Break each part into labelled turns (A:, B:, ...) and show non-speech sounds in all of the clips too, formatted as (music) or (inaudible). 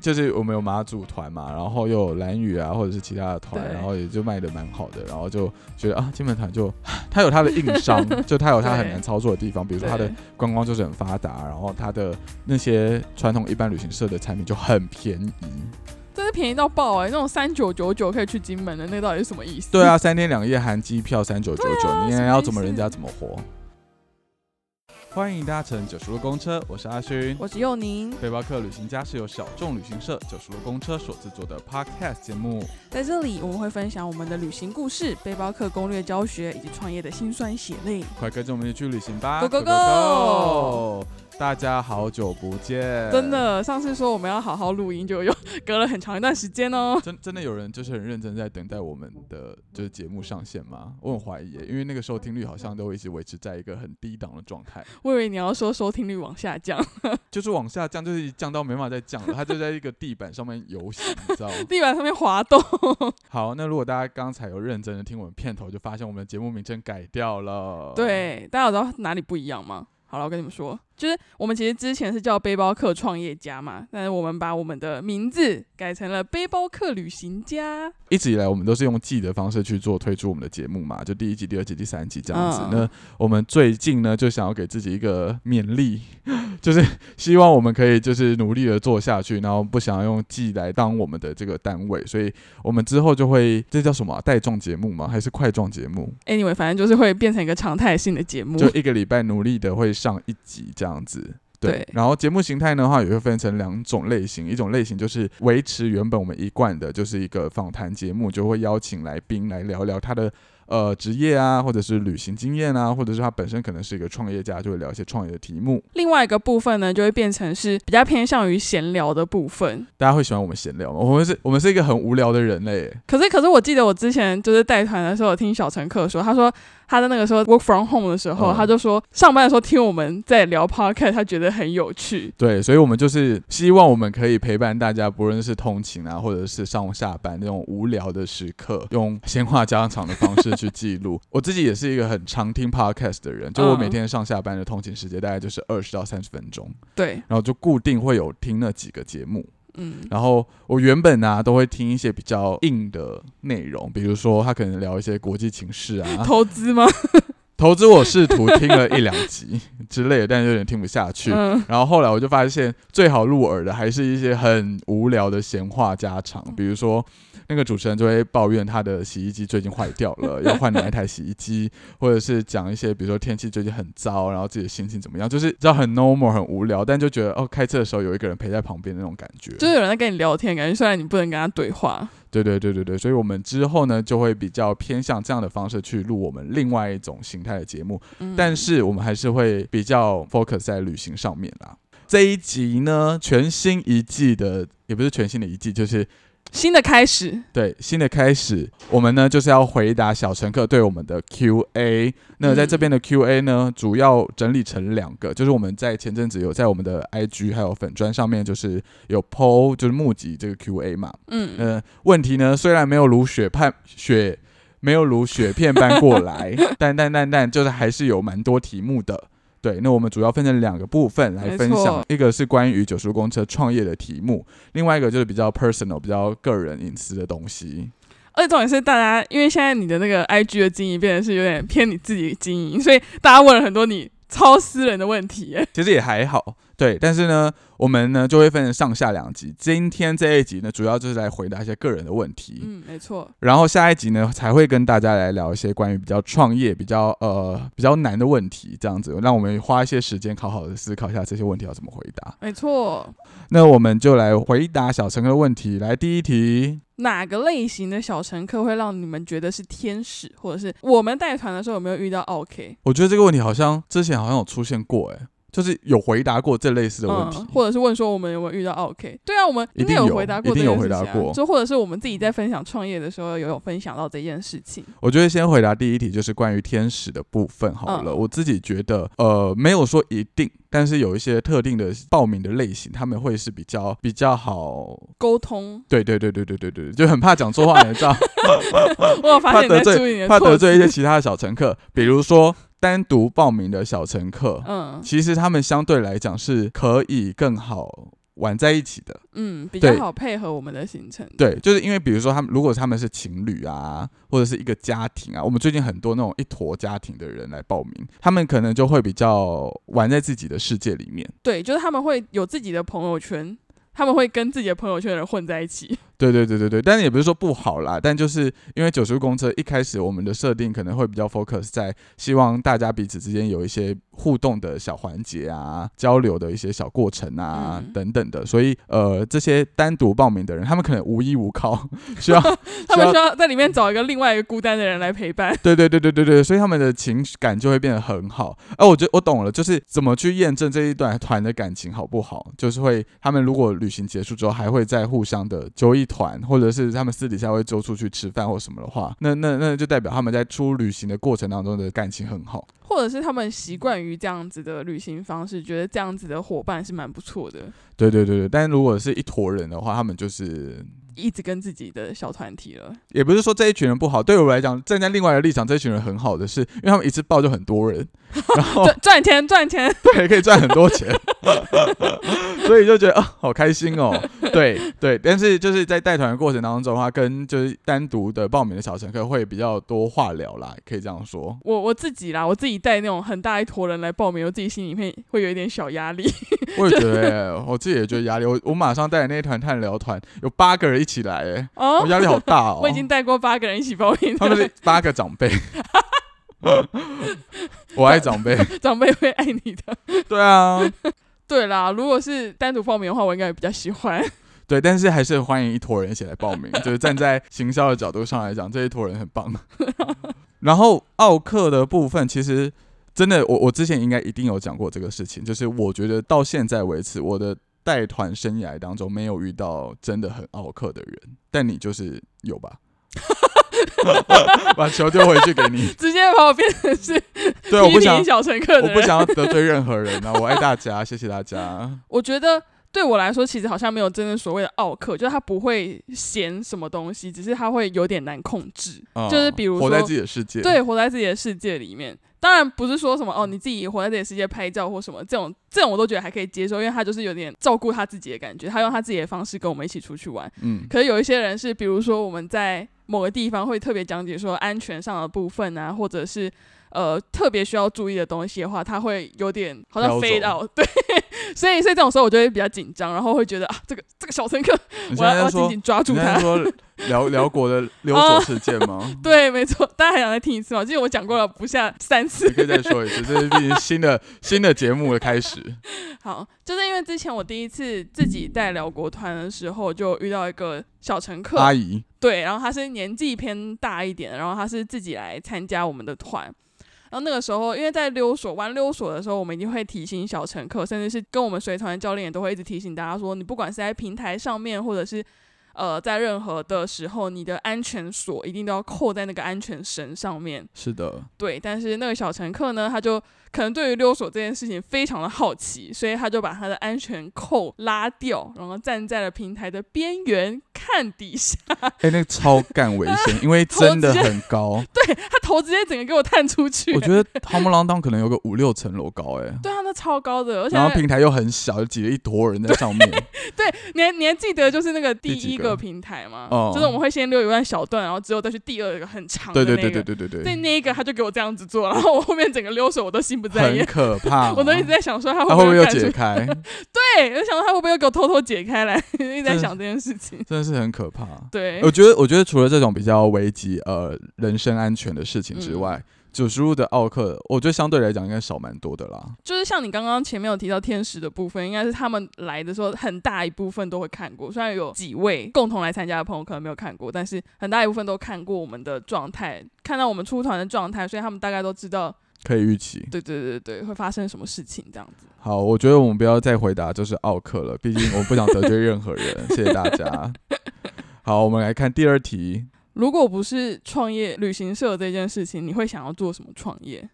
A: 就是我们有马祖团嘛，然后又有蓝雨啊，或者是其他的团，
B: 对
A: 然后也就卖的蛮好的，然后就觉得啊，金门团就 (laughs) 它有它的硬
B: (laughs)
A: 伤，就它有它很难操作的地方，比如说它的
B: 对
A: 观光就是很发达，然后它的那些传统一般旅行社的产品就很便宜。
B: 真的便宜到爆哎、那种三九九九可以去金门的，那到底是什么意思？
A: 对啊，三天两夜含机票三九九
B: 对啊
A: 九，你
B: 什么
A: 要
B: 意
A: 怎么人
B: 思
A: 家怎么
B: (laughs)
A: 活？欢迎搭乘九十路公车，我是阿勋，
B: 我是佑宁，
A: 背包客旅行家是由小众旅行社九十路公车所制作的 podcast 节目。
B: 在这里我们会分享我们的旅行故事、背包客攻略教学以及创业的辛酸血泪。
A: 快跟着我们一起去旅行吧
B: Go, go,
A: go！大家好久不见，
B: 真的，上次说我们要好好录音，就又 (laughs) 隔了很长一段时间哦。
A: 真真的有人就是很认真在等待我们的就是节目上线吗？我很怀疑耶，因为那个收听率好像都一直维持在一个很低档的状态，
B: 我以为你要说收听率往下降， (laughs)
A: 就是往下降，就是降到没办法再降了，它就在一个地板上面游行，你
B: (laughs)
A: 知道吗？
B: 地板上面滑动。 (laughs)
A: 好，那如果大家刚才有认真的听我们片头，就发现我们的节目名称改掉了。，
B: 对，大家有知道哪里不一样吗？好了，我跟你们说，就是我们其实之前是叫背包客创业家嘛，但是我们把我们的名字改成了背包客旅行家。
A: 一直以来我们都是用记的方式去做推出我们的节目嘛，就第一集、第二集、第三集这样子。
B: 嗯
A: 那我们最近呢，就想要给自己一个勉励， (laughs) 就是希望我们可以就是努力的做下去，然后不想要用记来当我们的这个单位，所以我们之后就会这叫什么啊带状节目吗？还是块状节目？
B: Anyway，反正就是会变成一个常态性的节目。
A: 就一个礼拜努力的会上一集这样子。
B: 对
A: 然后节目形态的话也会分成两种类型，一种类型就是维持原本我们一贯的，就是一个访谈节目，就会邀请来宾来聊聊他的呃职业啊，或者是旅行经验啊，或者是他本身可能是一个创业家，就会聊一些创业的题目。
B: 另外一个部分呢，就会变成是比较偏向于闲聊的部分。
A: 大家会喜欢我们闲聊吗？我们是，我们是一个很无聊的人类耶，
B: 可是，可是我记得我之前就是带团的时候，有听小乘客说，他说他在那个时候 work from home 的时候，
A: 嗯
B: 他就说上班的时候听我们在聊 podcast，他觉得很有趣。
A: 对，所以我们就是希望我们可以陪伴大家，不论是通勤啊，或者是上下班那种无聊的时刻，用闲话家常的方式去记录。我自己也是一个很常听 podcast 的人，就我每
B: 嗯
A: 天上下班的通勤时间大概就是二十到三十分钟，
B: 对，
A: 然后就固定会有听那几个节目。
B: 嗯，
A: 然后我原本啊都会听一些比较硬的内容，比如说他可能聊一些国际情势
B: (laughs)
A: 啊，
B: 投资吗？
A: 投资我试图听了一两集之类的，但有点听不下去。
B: 嗯，
A: 然后后来我就发现，最好入耳的还是一些很无聊的闲话家常，比如说那个主持人就会抱怨他的洗衣机最近坏掉了，要换哪一台洗衣机，或者是讲一些比如说天气最近很糟，然后自己的心情怎么样，就是知道很 normal 很无聊，但就觉得哦，开车的时候有一个人陪在旁边那种感觉。
B: 就是有人在跟你聊天，感觉虽然你不能跟他对话，
A: 对对对对对，所以我们之后呢就会比较偏向这样的方式去录我们另外一种形态的节目，
B: 嗯、
A: 但是我们还是会比较 focus 在旅行上面啦。这一集呢，全新一季的，也不是全新的一季，就是
B: 新的开始，
A: 对新的开始，我们呢就是要回答小乘客对我们的 Q&A。那在这边的 Q&A 呢，主要整理成两个，就是我们在前阵子有在我们的 IG 还有粉砖上面，就是有 PO 就是募集这个 Q&A 嘛。
B: 嗯，
A: 呃，问题呢虽然没有如雪判雪没有如雪片般过来，但但但但就是还是有蛮多题目的。对，那我们主要分成两个部分来
B: 没
A: 分
B: 错
A: 享，一个是关于九十公车创业的题目，另外一个就是比较 personal、比较个人隐私的东西。
B: 而且重点是大家，因为现在你的那个 IG 的经营变得是有点偏你自己经营，所以大家问了很多你超私人的问题。哎
A: 其实也还好，对。但是呢，我们呢就会分成上下两集。今天这一集呢，主要就是来回答一些个人的问题。
B: 嗯，没错，
A: 然后下一集呢，才会跟大家来聊一些关于比较创业、比较呃比较难的问题，这样子，让我们花一些时间好好的思考一下这些问题要怎么回答。
B: 没错。
A: 那我们就来回答小乘客的问题。来，第一题，
B: 哪个类型的小乘客会让你们觉得是天使，或者是我们带团的时候有没有遇到 OK
A: 我觉得这个问题好像之前好像有出现过、欸，就是有回答过这类似的问题。
B: 嗯，或者是问说我们有没有遇到 OK？对啊，我们应该
A: 一定有
B: 回答过
A: 一
B: 这
A: 定有
B: 件事情、啊，
A: 回答过
B: 就或者是我们自己在分享创业的时候有有分享到这件事情。
A: 我觉得先回答第一题，就是关于天使的部分好了。
B: 嗯
A: 我自己觉得，呃，没有说一定，但是有一些特定的报名的类型，他们会是比较比较好
B: 沟
A: (laughs)
B: 通，
A: 对对对对对对对，就很怕讲错话，你知道，
B: 我有发现你
A: 怕
B: 在
A: 得罪
B: 注意你的
A: 怕
B: 措
A: 得
B: 辞
A: 罪一些其他的小乘客，比如说单独报名的小乘客，
B: 嗯，
A: 其实他们相对来讲是可以更好。玩在一起的。
B: 嗯，比
A: 对
B: 较好配合我们的行程。
A: 对，就是因为比如说他们如果他们是情侣啊，或者是一个家庭啊，我们最近很多那种一坨家庭的人来报名，他们可能就会比较玩在自己的世界里面。
B: 对，就是他们会有自己的朋友圈，他们会跟自己的朋友圈的人混在
A: (laughs)
B: 一起。
A: 对对对对对，但是也不是说不好啦，但就是因为九十公车一开始我们的设定可能会比较 focus 在希望大家彼此之间有一些互动的小环节啊，交流的一些小过程啊、
B: 嗯
A: 等等的，所以呃，这些单独报名的人，他们可能无依无靠， (laughs) 需要
B: 他们需要在里面找一个另外一个孤单的人来陪伴。 (laughs)
A: 对对对对对对，所以他们的情感就会变得很好。哎、我觉得我懂了，就是怎么去验证这一段团的感情好不好，就是会他们如果旅行结束之后还会再互相的揪一团，或者是他们私底下会揪出去吃饭或什么的话，那那那就代表他们在出旅行的过程当中的感情很好。
B: 或者是他们习惯于这样子的旅行方式，觉得这样子的伙伴是蛮不错的，
A: 对对对对，但如果是一坨人的话，他们就是。
B: 一直跟自己的小团体了。
A: 也不是说这一群人不好，对我来讲，站在另外的立场，这一群人很好的是，因为他们一次报就很多人，然后
B: 赚赚钱赚钱， (laughs)
A: 对，可以赚很多钱， (laughs) 所以就觉得啊、好开心哦。对对，但是就是在带团的过程当中的话，跟就是单独的报名的小乘客会比较多话聊啦，可以这样说。
B: 我我自己啦，我自己带那种很大一坨人来报名，我自己心里面会有一点小压力。 (laughs)
A: 我也觉得欸、我自己也觉得压力。我我马上带的那一团探聊团有八个人一起来、欸，
B: 哦
A: 我，压力好大哦。
B: (laughs) 我已经带过八个人一起报名
A: 他们
B: 了，
A: 是八个长辈。 (laughs) 我爱长辈， (laughs)
B: 长辈会爱你的。
A: 对啊，
B: 对啦，如果是单独报名的话，我应该也比较喜欢。 (laughs)
A: 对，但是还是欢迎一坨人一起来报名。就是站在行销的角度上来讲，这一坨人很
B: (laughs)
A: 棒。然后奥克的部分，其实真的，我我之前应该一定有讲过这个事情，就是我觉得到现在为止，我的带团生涯当中没有遇到真的很奥克的人，但你就是有
B: (laughs)
A: 吧？把球丢回去给你。
B: 直接把我变成是
A: 对，我
B: 批
A: 不想
B: (laughs) 评，小乘客的
A: 我
B: 人，
A: 不想要得罪任何人啊！我爱大家，谢谢大家。
B: 我觉得对我来说，其实好像没有真正所谓的奥克，就是他不会嫌什么东西，只是他会有点难控制，
A: 嗯
B: 就是比如说
A: 活在自己的世界，
B: 对活在自己的世界里面。当然不是说什么哦，你自己活在自己的世界拍照或什么这种，这种我都觉得还可以接受，因为他就是有点照顾他自己的感觉，他用他自己的方式跟我们一起出去玩。
A: 嗯，
B: 可是有一些人是，比如说我们在某个地方会特别讲解说安全上的部分啊，或者是呃特别需要注意的东西的话，他会有点好像
A: 飘走
B: fade out，对， (laughs) 所以所以这种时候我就会比较紧张，然后会觉得啊，这个这个小乘客， (laughs)
A: 你
B: 我
A: 现
B: 要我
A: 在
B: 要
A: 说
B: 紧紧抓住
A: 你刚才
B: 他。
A: 说辽辽国的溜走事件吗？
B: 对，没错，大家还想再听一次吗？记得我讲过了不下三次
A: (laughs) 你。可以再说一次，这是毕竟新的新的节目的开始。
B: 好，就是因为之前我第一次自己带辽国团的时候，就遇到一个小乘客，
A: 阿姨，
B: 对，然后他是年纪偏大一点的，然后他是自己来参加我们的团。然后那个时候，因为在溜索玩溜索的时候，我们一定会提醒小乘客，甚至是跟我们随团的教练也都会一直提醒大家说，你不管是在平台上面，或者是呃在任何的时候，你的安全锁一定都要扣在那个安全绳上面。
A: 是的，
B: 对，但是那个小乘客呢，他就可能对于溜索这件事情非常的好奇，所以他就把他的安全扣拉掉，然后站在了平台的边缘看底下，
A: 哎、那个超干危险，因为真的很高，
B: 他 (laughs) 头直接整个给我探出去。
A: 我觉得夯不啷当可能有个五六层楼高、哎。
B: (laughs) 对啊，那超高的，而且
A: 然后
B: 还
A: 平台又很小，挤了一坨人在上面。
B: 你还你还记得就是那个第
A: 第几
B: 一
A: 个
B: 个平台吗？
A: 哦
B: 就是我们会先溜一段小段，然后之后再去第二个很长的
A: 对
B: 那个。
A: 对对对对对
B: (laughs) 对
A: 对，
B: 那一个他就给我这样子做，然后我后面整个溜手我都心不在
A: 很
B: 焉，
A: 可怕、
B: (laughs)
A: 哦
B: 我都一直在想说他
A: 他
B: 会
A: 会不
B: 不
A: 会又
B: 会干出
A: 解开？
B: 对，我想说他会不会又给我偷偷解开来， (laughs) 一直在
A: 真
B: 想这件事情。
A: 真的是很可怕。
B: 对，
A: 我觉得，我觉得除了这种比较危及呃人身安全的事情之
B: 嗯
A: 外，九十路的奥克，我觉得相对来讲应该少蛮多的啦。
B: 就是像你刚刚前面有提到天使的部分，应该是他们来的时候很大一部分都会看过，虽然有几位共同来参加的朋友可能没有看过，但是很大一部分都看过我们的状态，看到我们出团的状态，所以他们大概都知道，
A: 可以预期。
B: 对对对对，会发生什么事情这样子。
A: 好，我觉得我们不要再回答就是奥克了，毕竟我不想得罪任何人。谢谢大家。好，我们来看第二题。
B: 如果不是创业旅行社这件事情，你会想要做什么创业？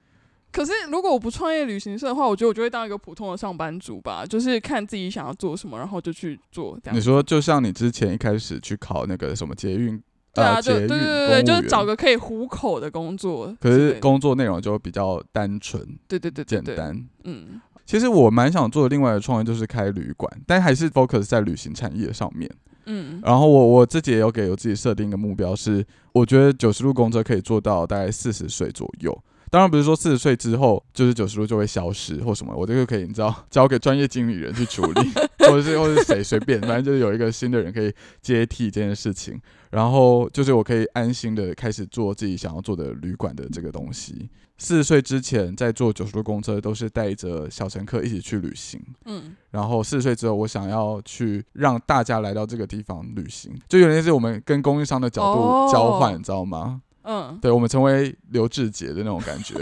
B: 可是如果我不创业旅行社的话，我觉得我就会当一个普通的上班族吧，就是看自己想要做什么，然后就去做这样
A: 你。说，就像你之前一开始去考那个什么捷运，
B: 对啊，
A: 呃，
B: 就
A: 捷
B: 对
A: 运
B: 对对对，
A: 公
B: 就
A: 务
B: 是找
A: 员
B: 个可以糊口的工作之类
A: 可
B: 的。
A: 是工作内容就比较单纯
B: 对对对对
A: 简
B: 对，
A: 单。
B: 嗯，
A: 其实我蛮想做的另外的创业就是开旅馆，但还是 focus 在旅行产业上面。
B: 嗯，
A: 然后我我自己也有给我自己设定一个目标是，我觉得九十路公车可以做到大概四十岁左右。当然不是说四十岁之后就是九十路就会消失或什么，我这个可以你知道交给专业经理人去处理，或者是或者是谁随便，反正就是有一个新的人可以接替这件事情。然后就是我可以安心的开始做自己想要做的旅馆的这个东西。四十岁之前在坐九十路公车都是带着小乘客一起去旅行，
B: 嗯，
A: 然后四十岁之后，我想要去让大家来到这个地方旅行，就有点是我们跟供应商的角
B: 哦
A: 度交换，你知道吗？
B: 嗯，
A: 对，我们成为刘志杰的那种
B: (laughs)
A: 感觉。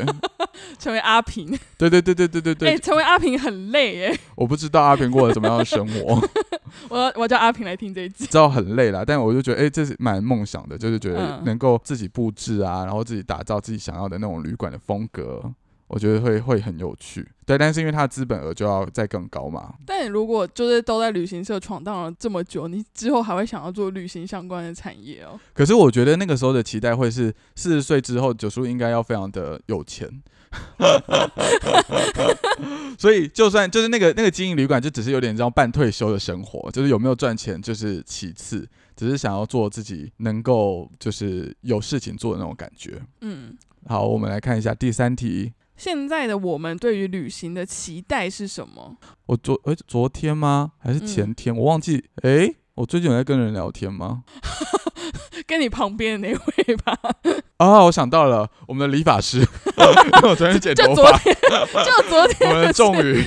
B: 成为阿平，
A: 对对对对对对
B: 哎、
A: 对，
B: 成为阿平很累耶。
A: 我不知道阿平过了怎么样的生
B: (laughs)
A: 活，
B: 我要我要叫阿平来听这一集。
A: 知道很累啦，但我就觉得，哎，这是蛮梦想的，就是觉得
B: 嗯
A: 能够自己布置啊，然后自己打造自己想要的那种旅馆的风格，我觉得会会很有趣。对，但是因为它的资本额就要再更高嘛，
B: (laughs) 但你如果就是都在旅行社闯荡了这么久，你之后还会想要做旅行相关的产业哦。
A: 可是我觉得那个时候的期待会是四十岁之后，九叔应该要非常的有钱。 (laughs) 所以就算就是那个那个经营旅馆，就只是有点这样半退休的生活，就是有没有赚钱就是其次，只是想要做自己能够就是有事情做的那种感觉。
B: 嗯，
A: 好，我们来看一下第三题。
B: 现在的我们对于旅行的期待是什么？
A: 我昨诶、昨天吗？还是前天？我忘记。诶、我最近有在跟人聊天吗？
B: 跟你旁边的那位吧，
A: 啊，我想到了，我们的理发师， (laughs) 因为我昨天剪
B: 就
A: 头
B: 昨
A: 发。
B: 天，就昨
A: (laughs)
B: 天
A: 我们的
B: 的事
A: 仲宇，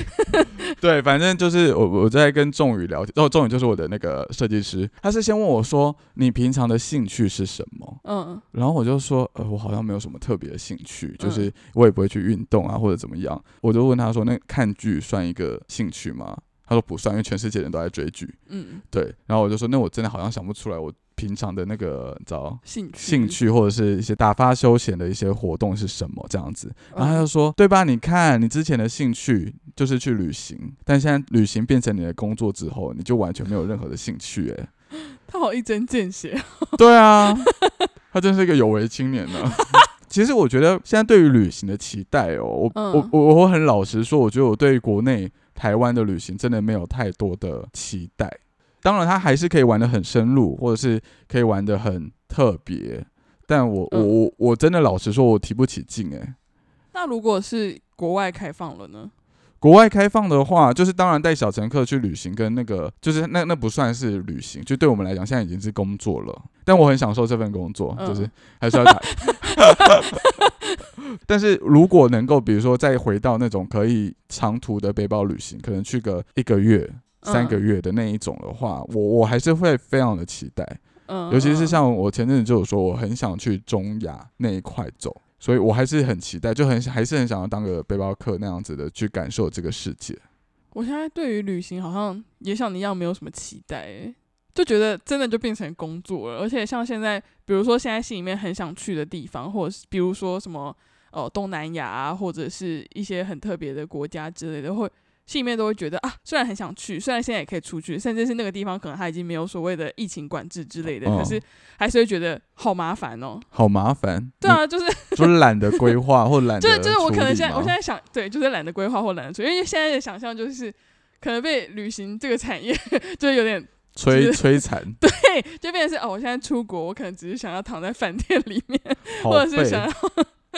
A: 对，反正就是我我在跟仲宇聊天，哦，仲宇就是我的那个设计师，他是先问我说你平常的兴趣是什么，
B: 嗯
A: 然后我就说呃我好像没有什么特别的兴趣，就是我也不会去运动啊或者怎么样，我就问他说那看剧算一个兴趣吗？他说不算，因为全世界人都在追剧，
B: 嗯，
A: 对，然后我就说那我真的好像想不出来我平常的那个你知道
B: 兴趣
A: 兴，趣或者是一些打发休闲的一些活动是什么这样子，然后他
B: 嗯
A: 就说：“对吧？你看，你之前的兴趣就是去旅行，但现在旅行变成你的工作之后，你就完全没有任何的兴趣、欸。”
B: 他好一针见血。
A: (laughs) 对啊，他真是一个有为青年呢、 (laughs) 其实我觉得现在对于旅行的期待哦，我、
B: 嗯
A: 我我我很老实说，我觉得我对国内台湾的旅行真的没有太多的期待。当然，他还是可以玩的很深入，或者是可以玩的很特别，但我、我
B: 嗯
A: 我我真的老实说，我提不起劲哎、欸
B: 那如果是国外开放了呢？
A: 国外开放的话，就是当然带小乘客去旅行，跟那个就是那那不算是旅行，就对我们来讲现在已经是工作了。但我很享受这份工作，
B: 嗯
A: 就是还是要打。 (laughs) 但是如果能够，比如说再回到那种可以长途的背包旅行，可能去个一个月、
B: 嗯
A: 三个月的那一种的话，我我还是会非常的期待。
B: 嗯，
A: 尤其是
B: 嗯
A: 像我前阵子就有说，我很想去中亚那一块走，所以我还是很期待，就很还是很想要当个背包客那样子的去感受这个世界。
B: 我现在对于旅行好像也像你一样没有什么期待、欸，就觉得真的就变成工作了。而且像现在，比如说现在心里面很想去的地方，或者是比如说什么哦东南亚啊，或者是一些很特别的国家之类的，会心里面都会觉得啊，虽然很想去，虽然现在也可以出去，甚至是那个地方可能它已经没有所谓的疫情管制之类的，可
A: 嗯
B: 是还是会觉得好麻烦哦。
A: 好麻烦，
B: 对啊，就是
A: 你，就懒得规划或
B: (laughs)
A: 懒
B: 就
A: 得
B: 是就是我可能
A: 处理
B: 现在我
A: 吗
B: 现在想对，就是懒得规划或懒得做，因为现在的想象就是可能被旅行这个产业 (laughs) 就是有点
A: 摧
B: 就
A: 摧残，
B: (laughs) 对，就变成是哦，我现在出国，我可能只是想要躺在饭店里面，
A: 好
B: 或者是想
A: 废
B: 要 (laughs)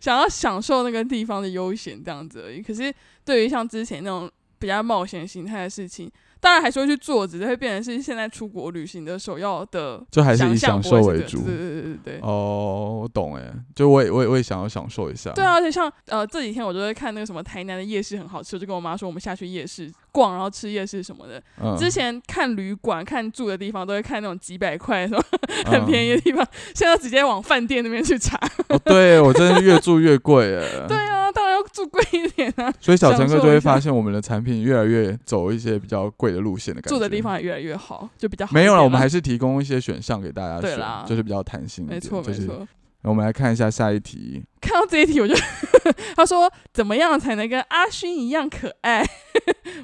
B: 想要享受那个地方的悠闲这样子而已。可是对于像之前那种比较冒险形态的事情，当然还是会去做，只是会变成是现在出国旅行的首要的
A: 就还是以
B: 想
A: 享
B: 象不会
A: 受
B: 是
A: 为
B: 这
A: 主。
B: 对对对对对。
A: 哦，我懂哎，就我也我也我也想要享受一下。
B: 对啊，而且像呃这几天我就会看那个什么台南的夜市很好吃，我就跟我妈说我们下去夜市逛，然后吃夜市什么的。
A: 嗯，
B: 之前看旅馆、看住的地方都会看那种几百块什么
A: 嗯
B: 很便宜的地方，现在直接往饭店那边去查。 (laughs)
A: 哦，对我真的是越住越贵哎。
B: 对啊，当然要住贵一点啊，
A: 所以小乘客就
B: 享受一
A: 会
B: 下
A: 发现我们的产品越来越走一些比较贵的路线的感觉。
B: 住的地方也越来越好，就比较好一
A: (laughs) 没
B: 点
A: 有
B: 啦。
A: 了，我们还是提供一些选项给大家
B: 啊对
A: 选
B: 啦，
A: 就是比较弹性一
B: 没
A: 点。
B: 错
A: 就
B: 没
A: 是
B: 错。
A: 我们来看一下下一题，
B: 看到这一题，我就 (laughs) (laughs) 他说怎么样才能跟阿勋一样可爱？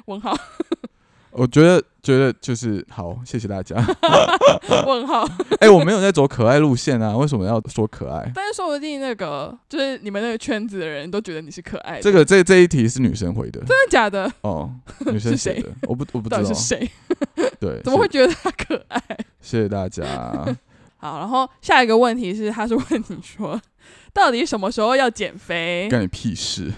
B: 问号，
A: 我觉得觉得就是好，谢谢大
B: (laughs)
A: 家。
B: 问号。
A: (laughs) 哎、我没有在走可爱路线啊，为什么要说可爱？
B: 但是说不定那个就是你们那个圈子的人都觉得你是可爱的，
A: 这个这这一题是女生回的
B: 真的假的？
A: 哦，女生
B: (laughs) 是
A: 写
B: 谁
A: 的，我不我不知
B: 到
A: 道
B: 底是，谁？
A: 对，
B: (laughs) 怎么会觉得他可爱？
A: 谢？谢谢大
B: (laughs)
A: 家。
B: 好，然后下一个问题是，他是问你说， (laughs) 到底什么时候要减肥？
A: 干你屁事！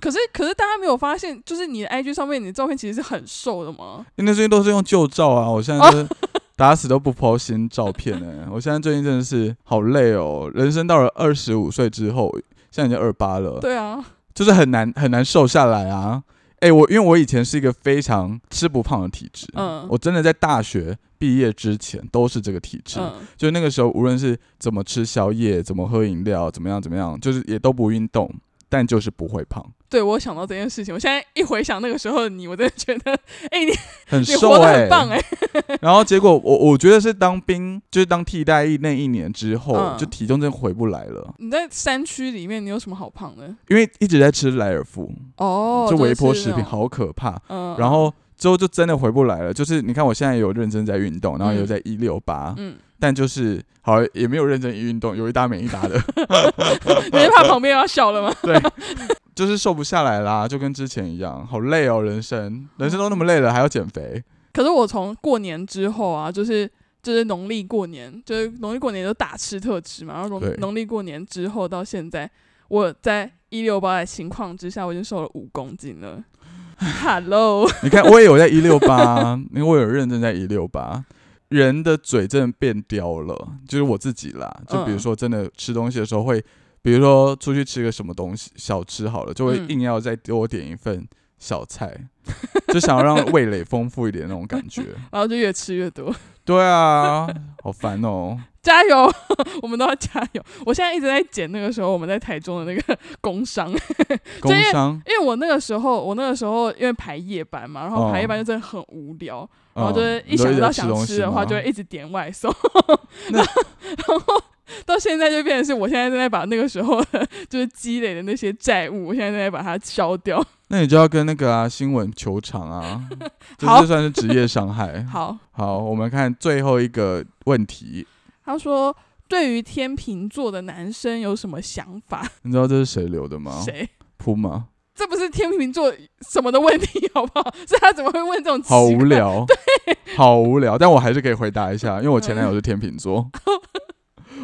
B: 可是可是大家没有发现，就是你的 IG 上面你的照片其实是很瘦的吗？
A: 因为欸最近都是用旧照啊，我
B: 哦
A: 现在就是
B: (laughs)
A: 打死都不 po 新照片呢、我现在最近真的是好累哦，人生到了二十五岁之后，现在已经二八了，
B: 对啊，
A: 就是很难很难瘦下来啊。哎、我因为我以前是一个非常吃不胖的体质，
B: 嗯
A: 我真的在大学毕业之前都是这个体质，
B: 嗯
A: 就那个时候无论是怎么吃宵夜、怎么喝饮料、怎么样怎么样，就是也都不运动，但就是不会胖，
B: 对我有想到这件事情，我现在一回想那个时候的你，我真的觉得，哎、你
A: 很
B: 你
A: 瘦
B: 活得
A: 哎、
B: 很棒哎、
A: 然后结果我我觉得是当兵，就是当替代役那一年之后，
B: 嗯
A: 就体重真的回不来了，
B: 你在山区里面，你有什么好胖的？
A: 因为一直在吃莱尔富，
B: 哦，
A: 就微波
B: 是
A: 食
B: 那
A: 品，
B: 种，
A: 好可怕。
B: 嗯，
A: 然后之后就真的回不来了，就是你看我现在有认真在运动，然后
B: 嗯
A: 有在一六八，
B: 嗯， (laughs)
A: 但就是好也没有认真运动，有一搭没一
B: (laughs)
A: 搭的，
B: 你是怕旁边要笑了吗？
A: 就是瘦不下来啦，就跟之前一样，好累哦，人生人生都那么累了，还要减肥，
B: 可是我从过年之后啊，就是就是农历过年，就是农历过年就大吃特吃嘛，然后
A: 对
B: 农农历过年之后到现在，我在一六八的情况之下，我已经瘦了五公斤了。Hello，
A: 你看我也有在一六八，因为我有认真在一六八。人的嘴真的变刁了，就是我自己啦。就比如
B: 嗯
A: 说，真的吃东西的时候会，比如说出去吃个什么东西小吃好了，就会
B: 嗯
A: 硬要再多点一份小菜，就想要让味蕾丰富一点那种感觉。
B: 然后就越吃越多，
A: 对啊，好烦哦。
B: 加油， (laughs) 我们都要加油。我现在一直在减那个时候我们在台中的那个工伤，
A: 工伤，
B: 因为我那个时候我那个时候因为排夜班嘛，然后排夜班就真的很无聊，然后就
A: 嗯
B: 是哦一想到想
A: 你都一直在
B: 吃的话，
A: 东西吗
B: 就会一直点外送，
A: (laughs) 那
B: 然后然后到现在就变成是我现在正在把那个时候的就是积累的那些债务，我现在正在把它消掉。
A: 那你就要跟那个啊新闻球场
B: (laughs)
A: 啊，这
B: 好
A: 这算是职业伤害。
B: 好，
A: 好，我们看最后一个问题，
B: 他说对于天秤座的男生有什么想法？
A: 你知道这是谁留的吗？
B: 谁？
A: 铺吗？
B: 这不是天秤座什么的问题，好不好？是他怎么会问这种奇怪
A: 好无聊，好无聊，但我还是可以回答一下，因为我前
B: 嗯
A: 男友是天秤座。 (laughs)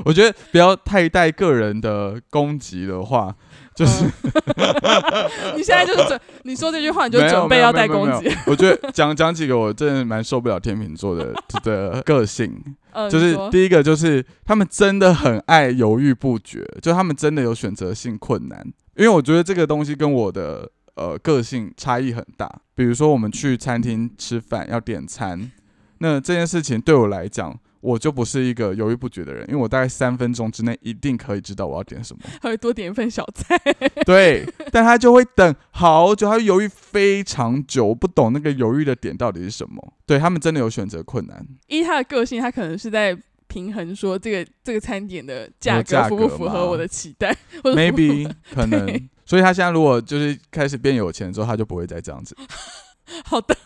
A: 我觉得不要太带个人的攻击的话，就是、
B: 嗯 (laughs) 你现在就是准，你说这句话你就
A: 没有
B: 准备要带攻。
A: 没有没有没
B: 击，
A: 有我觉得讲讲几个我真的蛮受不了天秤座的 (laughs) 的个性，
B: 嗯，
A: 就
B: 你
A: 是
B: 说
A: 第一个就是他们真的很爱犹豫不决，就他们真的有选择性困难，因为我觉得这个东西跟我的呃个性差异很大。比如说我们去餐厅吃饭要点餐，那这件事情对我来讲。我就不是一个犹豫不决的人，因为我大概三分钟之内一定可以知道我要点什么。
B: (laughs) 还会多点一份小菜，
A: 对，但他就会等好久，他会犹豫非常久，我不懂那个犹豫的点到底是什么。对他们真的有选择困难，
B: 依他的个性，他可能是在平衡说这个这个餐点的价
A: 有价
B: 格符不
A: 格
B: 符
A: 吗
B: 合我的期待，或 (laughs) 者符
A: maybe 可能
B: 对。
A: 所以他现在如果就是开始变有钱之后，他就不会再这样子，
B: 好的，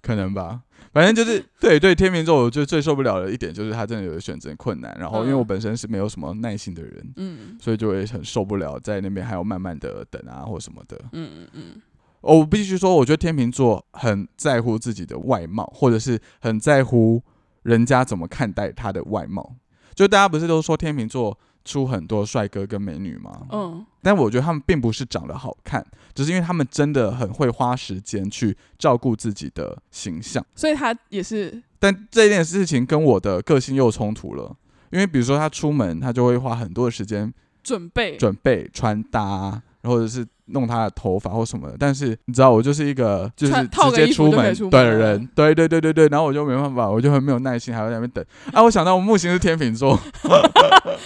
A: 可能吧。反正
B: (laughs)
A: 就是对对天秤座，我觉得最受不了的一点就是他真的有选择困难。然后因为我
B: 嗯
A: 本身是没有什么耐心的人，
B: 嗯
A: 所以就会很受不了在那边还要慢慢的等啊或什么的。
B: 嗯嗯嗯，
A: 哦，我必须说，我觉得天秤座很在乎自己的外貌，或者是很在乎人家怎么看待他的外貌。就大家不是都说天秤座出很多帅哥跟美女吗？
B: 嗯，
A: 但我觉得他们并不是长得好看，只是因为他们真的很会花时间去照顾自己的形象。
B: 所以他也是，
A: 但这件事情跟我的个性又冲突了，因为比如说他出门，他就会花很多的时间
B: 准备，
A: 准备穿搭，或者是弄他的头发或什么的。但是你知道，我就是一个就是
B: 穿
A: 直
B: 套个
A: 接
B: 衣服
A: 出
B: 就可
A: 门
B: 以出门
A: 对
B: 了
A: 人，对对对对对。然后我就没办法，我就很没有耐心，还要在那边
B: (laughs)
A: 等。啊，我想到我木星是天秤座， (laughs)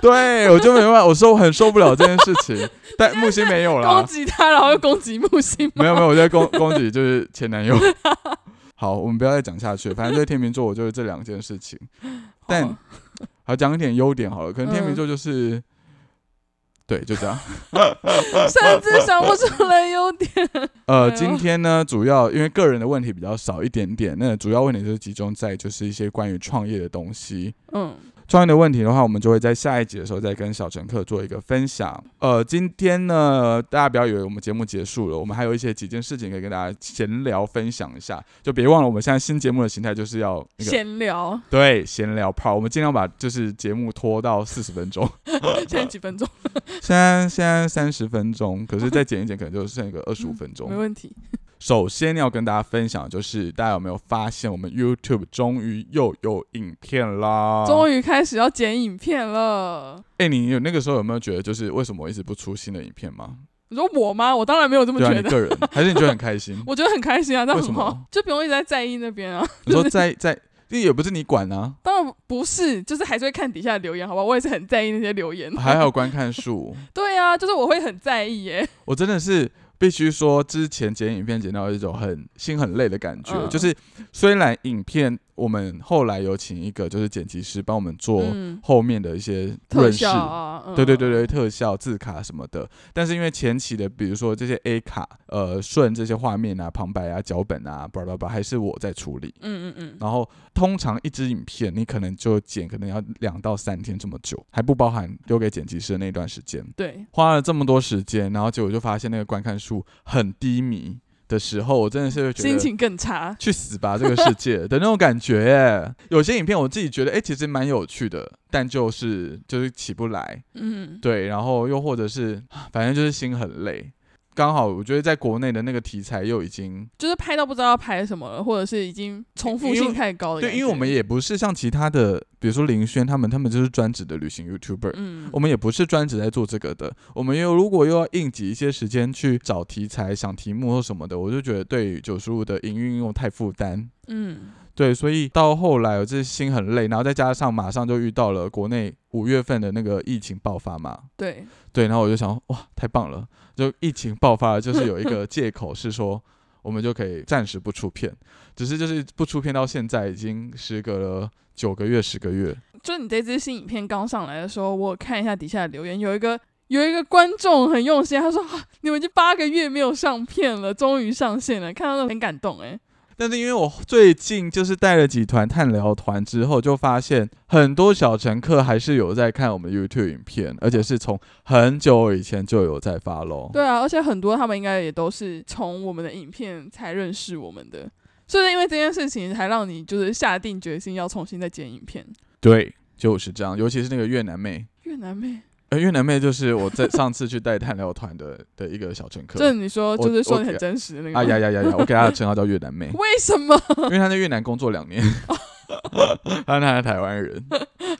A: 对我就没办法，我说我很受不了这件事情，但木星没有
B: (laughs) 攻
A: 啦，
B: 击他，然后又攻击木星
A: 没有没有，我在攻攻击就是前男
B: (laughs)
A: 友。好，我们不要再讲下去，反正对天秤座，我就是这两件事情。但
B: 好嗯
A: 好讲一点优点好了，可能天秤座就是对，就这样。
B: 甚至想不出来优点。
A: 呃，
B: 对哦
A: 今天呢，主要因为个人的问题比较少一点点，那主要问题就是集中在就是一些关于创业的东西。
B: (laughs) 嗯，
A: 创业的问题的话，我们就会在下一集的时候再跟小乘客做一个分享。呃，今天呢，大家不要以为我们节目结束了，我们还有一些几件事情可以跟大家闲聊分享一下，就别忘了我们现在新节目的形态就是要那个
B: 闲聊，
A: 对闲聊 part，我们尽量把就是节目拖到四十分钟， (laughs)
B: 现在几分钟？
A: 现在现在三十分钟，可是再剪一剪可能就剩个二十五分钟
B: 嗯没。问题。
A: 首先要跟大家分享的就是，大家有没有发现我们 YouTube 终于又有影片啦？于，
B: 终于开始要剪影片了。
A: 哎、你有那个时候有没有觉得，就是为什么我一直不出新的影片吗？
B: 你说我吗？我当然没有这么
A: 对啊，
B: 觉
A: 你
B: 得，
A: 个人还是你觉得很开心？
B: (laughs) 我觉得很开心啊，这样很
A: 为什么
B: 好，就不用一直在在意那边啊。
A: 你说在在，这也不是你管啊，
B: 当然不是，就是还是会看底下的留言，好吧？我也是很在意那些留言。
A: 还有观看数，
B: 对啊，就是我会很在意耶、
A: 我真的是。必须说，之前剪影片剪到一种很心很累的感觉，
B: 嗯
A: 就是虽然影片我们后来有请一个就是剪辑师帮我们做
B: 嗯，
A: 后面的一些
B: 特
A: 润饰，
B: 效啊，嗯、
A: 对对对对，特效、字卡什么的。但是因为前期的，比如说这些 A 卡、呃顺这些画面啊、旁白啊、脚本啊，巴拉巴拉，还是我在处理。
B: 嗯，嗯嗯嗯，
A: 然后通常一支影片，你可能就剪，可能要两到三天这么久，还不包含留给剪辑师的那段时间。
B: 对，
A: 花了这么多时间，然后结果就发现那个观看数很低迷的时候，我真的是会觉
B: 心
A: 得
B: 情更差。
A: 去死吧这个世界的那种感觉耶。有些影片我自己觉得，哎、其实蛮有趣的，但就是就是起不来，
B: 嗯，
A: 对，然后又或者是，啊反正就是心很累。刚好我觉得在国内的那个题材又已经
B: 就是拍到不知道要拍什么了，或者是已经重复
A: 因为
B: 性太高的感
A: 对，
B: 觉。
A: 因为我们也不是像其他的，比如说林轩他们，他们就是专职的旅行 YouTuber，、
B: 嗯，
A: 我们也不是专职在做这个的。我们又如果又要应急一些时间去找题材、想题目或什么的，我就觉得对于九十五的营运又太负担。
B: 嗯
A: 对，所以到后来我这心很累，然后再加上马上就遇到了国内五月份的那个疫情爆发嘛，
B: 对，
A: 对，然后我就想，哇，太棒了！就疫情爆发了，就是有一个借口是说，我们就可以暂时不出片，只是就是不出片到现在已经时隔了九个月、十个月，
B: 就你这支新影片刚上来的时候，我有看一下底下的留言，有一个有一个观众很用心，他说、啊你们已经八个月没有上片了，终于上线了，看到那很感动哎、
A: 但是因为我最近就是带了几团探聊团之后，就发现很多小乘客还是有在看我们 YouTube 影片，而且是从很久以前就有在发喽。
B: 对啊，而且很多他们应该也都是从我们的影片才认识我们的，所以因为这件事情才让你就是下定决心要重新再剪影片。
A: 对，就是这样，尤其是那个越南妹。
B: 越南妹，
A: 呃，越南妹就是我在上次去带探聊团的的一个小乘
B: (laughs)
A: 客，
B: 这你说就是
A: 我
B: 说
A: 我
B: 你很真实的那
A: (laughs)
B: 个
A: 啊
B: 吗，
A: 呀呀呀呀！我给她的称号叫越南妹
B: (laughs) 为什么？
A: 因为她在越南工作两年， (laughs) 她她是台湾
B: (laughs)
A: 人，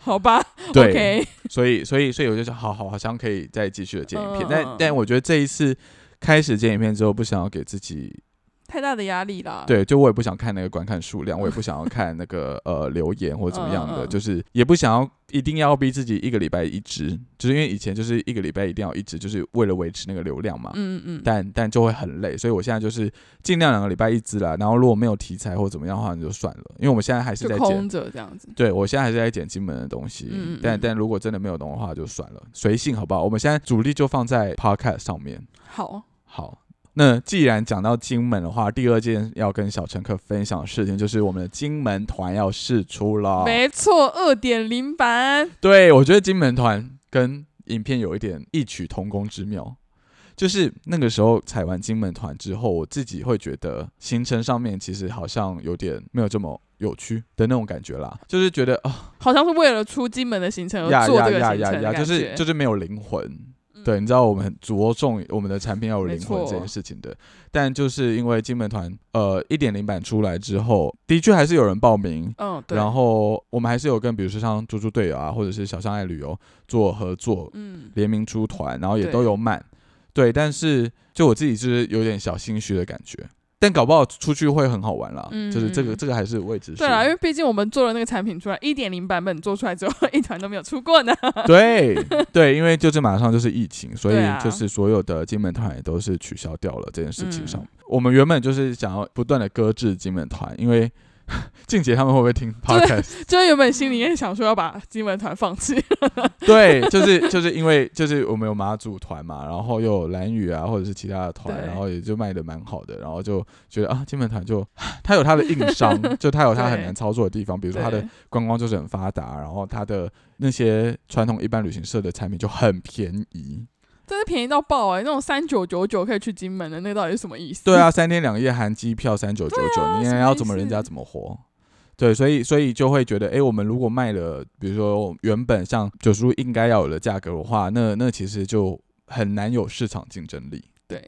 B: 好吧
A: 对
B: o k
A: 所以所以所以我就说，好好好像可以再继续的剪影片，
B: 嗯
A: 但但我觉得这一次开始剪影片之后，不想要给自己，
B: 太大的压力啦。，
A: 对，就我也不想看那个观看数量，我也不想要看那个 (laughs) 呃留言或怎么样
B: 嗯
A: 的，
B: 嗯嗯
A: 就是也不想要一定要逼自己一个礼拜一支，就是因为以前就是一个礼拜一定要一支，就是为了维持那个流量嘛，
B: 嗯嗯嗯，
A: 但但就会很累，所以我现在就是尽量两个礼拜一支啦。然后如果没有题材或怎么样的话，你就算了，因为我们现在还是
B: 就
A: 在剪，
B: 空着这样子。
A: 对我现在还是在剪金门的东西。
B: 嗯嗯
A: 但
B: 嗯
A: 但如果真的没有懂的话，就算了，随性好不好？我们现在主力就放在 podcast 上面。
B: 好，
A: 好，那既然讲到金门的话，第二件要跟小乘客分享的事情就是我们的金门团要试出了。
B: 没错，二点零版，
A: 对，我觉得金门团跟影片有一点异曲同工之妙，就是那个时候踩完金门团之后，我自己会觉得行程上面其实好像有点没有这么有趣的那种感觉啦，就是觉得啊
B: 好像是为了出金门的行程而
A: 呀
B: 做
A: 呀
B: 这个
A: 呀
B: 行
A: 呀
B: 程的
A: 呀，
B: 感觉，
A: 就是就是没有灵魂。
B: 嗯
A: 对，你知道我们很着重我们的产品要有灵魂
B: 没
A: 这
B: 错
A: 件事情的，但就是因为金门团呃一点零版出来之后，的确还是有人报名，
B: 嗯，对，
A: 然后我们还是有跟比如说像猪猪队友啊，或者是小象爱旅游做合作，
B: 嗯，
A: 联名出团，然后也
B: 对
A: 都有满，对，但是就我自己就是有点小心虚的感觉，但搞不好出去会很好玩啦，
B: 嗯
A: 就是这个
B: 嗯
A: 这个还是未知数。
B: 对啊啦，因为毕竟我们做了那个产品出来，一点零版本做出来之后， (laughs) 一团都没有出过呢。
A: 对对，因为就是马上就是疫情，所以
B: (laughs) 对啊
A: 就是所有的金门团也都是取消掉了这件事情上。
B: 嗯
A: 我们原本就是想要不断的搁置金门团，因为 (laughs) 静姐他们会不会听 podcast？
B: 就是原本心里面想说要把金门团放弃，
A: 对，就是就是因为就是我们有马祖团嘛，然后又有蓝雨啊，或者是其他的团，
B: 对
A: 然后也就卖的蛮好的，然后就觉得啊，金门团就它有它的硬伤，就它有它很
B: 对
A: 难操作的地方，比如说它的
B: 对
A: 观光就是很发达，然后它的那些传统一般旅行社的产品就很便宜。
B: (laughs) 真是便宜到爆哎、那种三九九九可以去金门的，那到底是什么意思？
A: 对，啊，三天两夜含机票三九九九，你
B: 啊什么
A: 要
B: 意
A: 怎么人
B: 思
A: 家怎么活？对，所以所以就会觉得，哎、我们如果卖了，比如说原本像九十度应该要有的价格的话，那那其实就很难有市场竞争力。
B: 对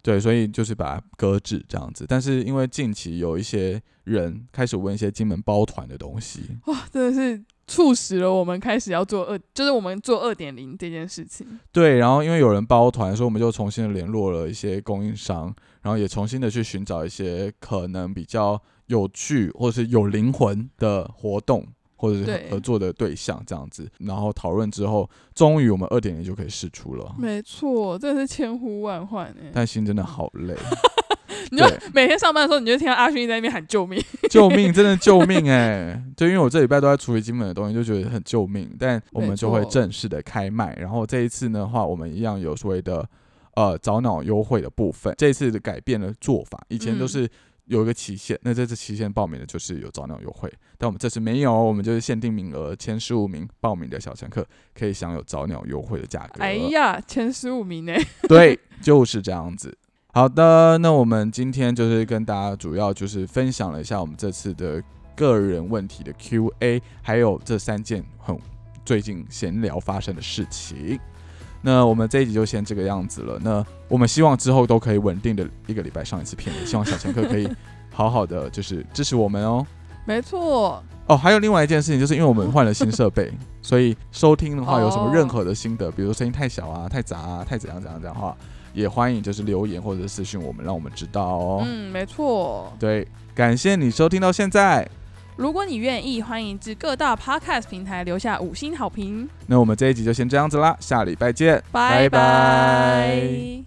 A: 对，所以就是把它搁置这样子。但是因为近期有一些人开始问一些金门包团的东西，
B: 哇，真的是促使了我们开始要做二，就是我们做二点零这件事情。
A: 对，然后因为有人包团，所以我们就重新的联络了一些供应商，然后也重新的去寻找一些可能比较有趣或是有灵魂的活动，或者是合
B: 对
A: 合作的对象这样子。然后讨论之后，终于我们二点零就可以试出了。
B: 没错，真的是千呼万唤哎、
A: 但心真的好累，
B: 你就
A: 对
B: 每天上班的时候，你就听到阿勋一直在那边喊救命。 (laughs)
A: 救命！真的救命哎、就因为我这礼拜都在处理金门的东西，就觉得很救命。但我
B: 没
A: 们就会
B: 错
A: 正式的开卖，然后这一次的话，我们一样有所谓的呃早鸟优惠的部分。这一次的改变了做法，以前都
B: 嗯
A: 是有一个期限，那这次期限报名的就是有早鸟优惠，但我们这次没有，我们就是限定名额，前十五名报名的小乘客可以享有早鸟优惠的价格。
B: 哎呀，前十五名哎、
A: 对，就是这样子。好的，那我们今天就是跟大家主要就是分享了一下我们这次的个人问题的 Q&A，还有这三件很最近闲聊发生的事情。那我们这一集就先这个样子了。那我们希望之后都可以稳定的一个礼拜上一次片，也希望小乘客可以好好的就是支持我们哦。
B: 没错，
A: 哦，还有另外一件事情，就是因为我们换了新设
B: (laughs)
A: 备，所以收听的话有什么
B: 哦
A: 任何的心得，比如说声音太小啊、太杂啊、太怎样怎样怎样的话，也欢迎就是留言或者私信我们，让我们知道哦。
B: 嗯，没错。
A: 对，感谢你收听到现在，
B: 如果你愿意，欢迎至各大 podcast 平台留下五星好评。
A: 那我们这一集就先这样子啦，下礼拜见，
B: 拜拜。